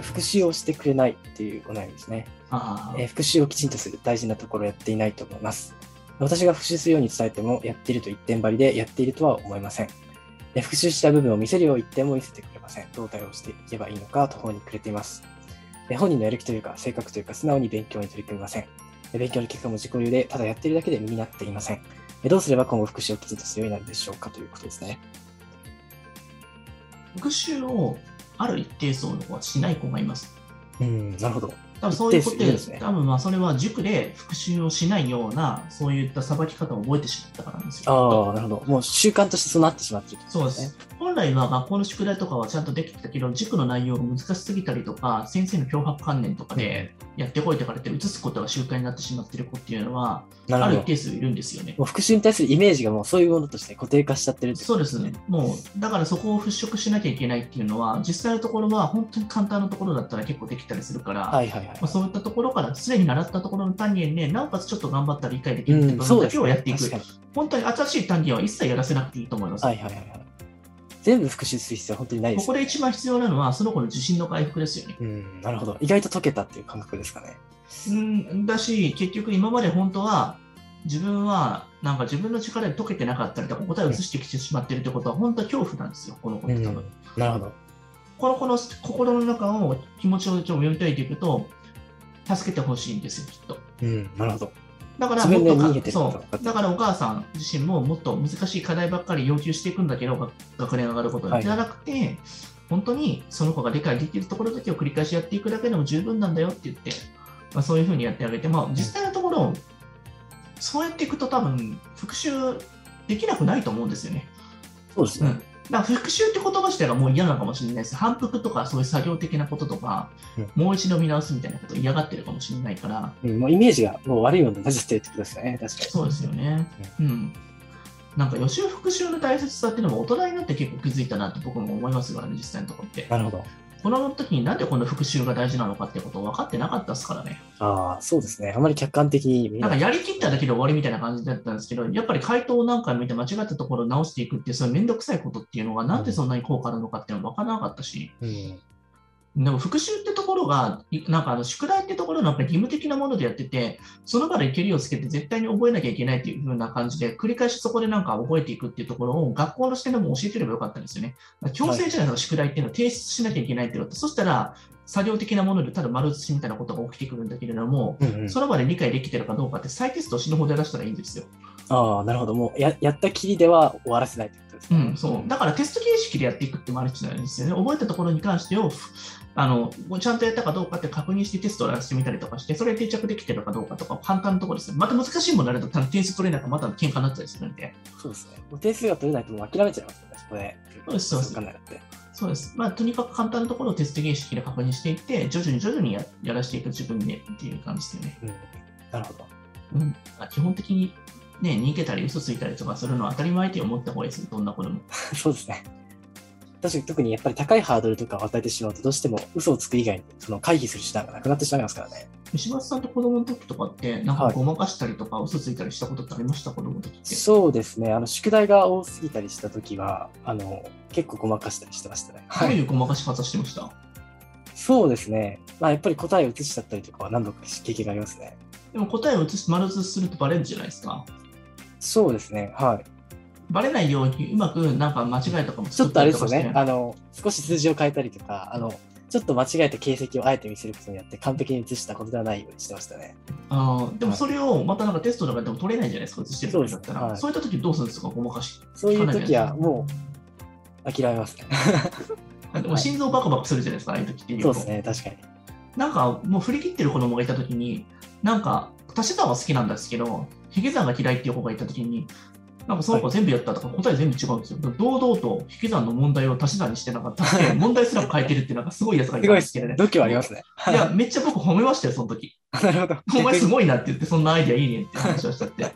復習をしてくれないっていうお悩みですね。あえー復習をきちんとする大事なところをやっていないと思います。私が復習するように伝えても、やっていると一点張りでやっているとは思いません。えー復習した部分を見せるよう一点も見せてくれません。どう対応していけばいいのか途方に暮れています。えー本人のやる気というか、性格というか、素直に勉強に取り組みません。えー勉強の結果も自己流で、ただやっているだけで身になっていません。えーどうすれば今後復習をきちんとするようになるでしょうかということですね。復習をある一定層の子はしない子がいます。うん、なるほど。多分そういうこと一定数いるんですね多分まあそれは塾で復習をしないような、そういったさばき方を覚えてしまったからなんですよ。ああ、なるほど。もう習慣としてそうなってしまっているそうです。本来は学校の宿題とかはちゃんとできてたけど、塾の内容が難しすぎたりとか、先生の脅迫観念とかでやってこいとか言って移すことが習慣になってしまってる子っていうのは、なるあほるど一。定数いるんですよね。もう復習に対するイメージがもうそういうものとして固定化しちゃってるってそうですね。もう、だからそこを払拭しなきゃいけないっていうのは、実際のところは本当に簡単なところだったら結構できたりするから、はいはいはいまあ、。そういったところから、すでに習ったところの単元で、なおかつちょっと頑張ったら理解できるって部分だけをやっていく。確かに本当に新しい単元は一切やらせなくていいと思います。はいはいはいはい。全部復習する必要は本当にないでこすこね。で一番必要なのは、その子の自信の回復ですよね。うん、なるほど。意外と解けたっていう感覚ですかね。うん、だし、結局今まで本当は、自分は、なんか自分の力で解けてなかったりとか、答えを移してきてしまってるってことは、本当は恐怖なんですよ、この子っうてん多分。、なるほど。この子の心の中を、気持ちをちょっと読み解いていくと、助けてほしいんですよ、きっと。うん、なるほど。だから自も分っでと逃げてか、ることが分そかってう、だからお母さん自身ももっと難しい課題ばっかり要求していくんだけど、学学年上がることはいに。じゃなくて、本当にその子が理解できるところだけを繰り返しやっていくだけでも十分なんだよって言って、まあ、そういうふうにやってあげて、まあ、実際のところ、そうやっていくと多分、復習できなくないと思うんですよね。そうですうね。ん。だから復習って言葉自体がもう嫌なのかもしれないです。反復とかそういう作業的なこととか、もう一度見直すみたいなこと嫌がってるかもしれないから、うん、もうイメージがもう悪いものになっちゃってるってことですよね。確かに。そうですよね。うん。なんか予習復習の大切さっていうのも大人になって結構気づいたなって僕も思いますからね、実際のところって。なるほど。この時になんでこの復習が大事なのかってことを分かってなかったですからね。ああ、そうですね。あまり客観的に見えななんかい。やりきっただけで終わりみたいな感じだったんですけど、やっぱり回答を何回も見て間違ったところを直していくっていう、そういうめんどくさいことっていうのがなんでそんなに効果あるのかっていうのも分からなかったし、うん、でも復習ってところが、いなんかあの宿題ってところのやっぱり義務的なものでやってて、その場でけりをつけて絶対に覚えなきゃいけないっていう風な感じで、繰り返しそこでなんか覚えていくっていうところを学校の視点でも教えてればよかったんですよね。強制じゃないの宿題っていうのを提出しなきゃいけないっていうのって、そしたら作業的なものでただ丸写しみたいなことが起きてくるんだけれども、うんうんその場で理解できてるかどうかって再テストを死ぬほどやらせたらいいんですよ。ああ、なるほど。もうややったきりでは終わらせないってことですうね。ん、そう。だからテスト形式でやっていくってマルチなんですよね。覚えたところに関してを、ふあの、ちゃんとやったかどうかって確認してテストをやらせてみたりとかして、それで定着できてるかどうかとか、簡単なところですね。また難しいものになると、点数取れなくまた喧嘩になったりするんで。そうですね。もう点数が取れないともう諦めちゃいますよね、そこで。そうですそうですかんないだって。そうです。まあ、とにかく簡単なところをテスト形式で確認していって、徐々に徐々にややらしていく自分でっていう感じですよね。うん。なるほど。うん。まあ基本的に、ね、逃げたり嘘ついたりとかするのは当たり前って思った方がいいです。どんなことも。 そうですね。確かに特にやっぱり高いハードルとかを与えてしまうと、どうしても嘘をつく以外にその回避する手段がなくなってしまいますからね。石橋さんって子供の時とかって、なんかはいごまかしたりとか、嘘ついたりしたことってありました、子供の時って。そうですね。あの、宿題が多すぎたりした時は、あの、結構ごまかしたりしてましたね。どうはい。いうごまかし方してました、そうですね。まあやっぱり答えを移しちゃったりとかは何度か経験がありますね。でも答えを写し丸写しするとバレるじゃないですか。そうですね。はい。バレないようにうまくなんか間違いとかもちょっとあれですよ作たりね。とかあの、少し数字を変えたりとか、あの、ちょっと間違えた形跡をあえて見せることによって完璧に移したことではないようにしてましたね。してあーでもそれをまたなんかテストとかでも取れないじゃないですか、写してる時だったら。そうそでう,、すい、った時どうするんですか、ごまかし。そういう時はもう諦めますね。でも心臓バクバクするじゃないですか、ああいう時っていうそうとですね。確かに。なんかもう振り切ってる子供がいた時に、なんか足し算は好きなんですけど、引き算が嫌いっていう子がいた時に、なんかその子全部やったとか、答え全部違うんですよ。堂々と引き算の問題を足し算にしてなかったって、問題すらも変えてるって、なんかすごいやつがいすたんごいでです すけどねね。。度胸ありますね。いや、めっちゃ僕褒めましたよ、そ の時。なるほど。お前すごいなって言って、そんなアイディアいいねって話をしたって。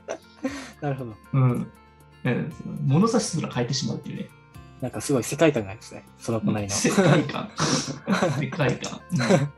なるほど。うん。うん物差しすら変えてしまうっていうね。 なんかすごい世界観がありますね。その子なりの。世界観。世界観。うん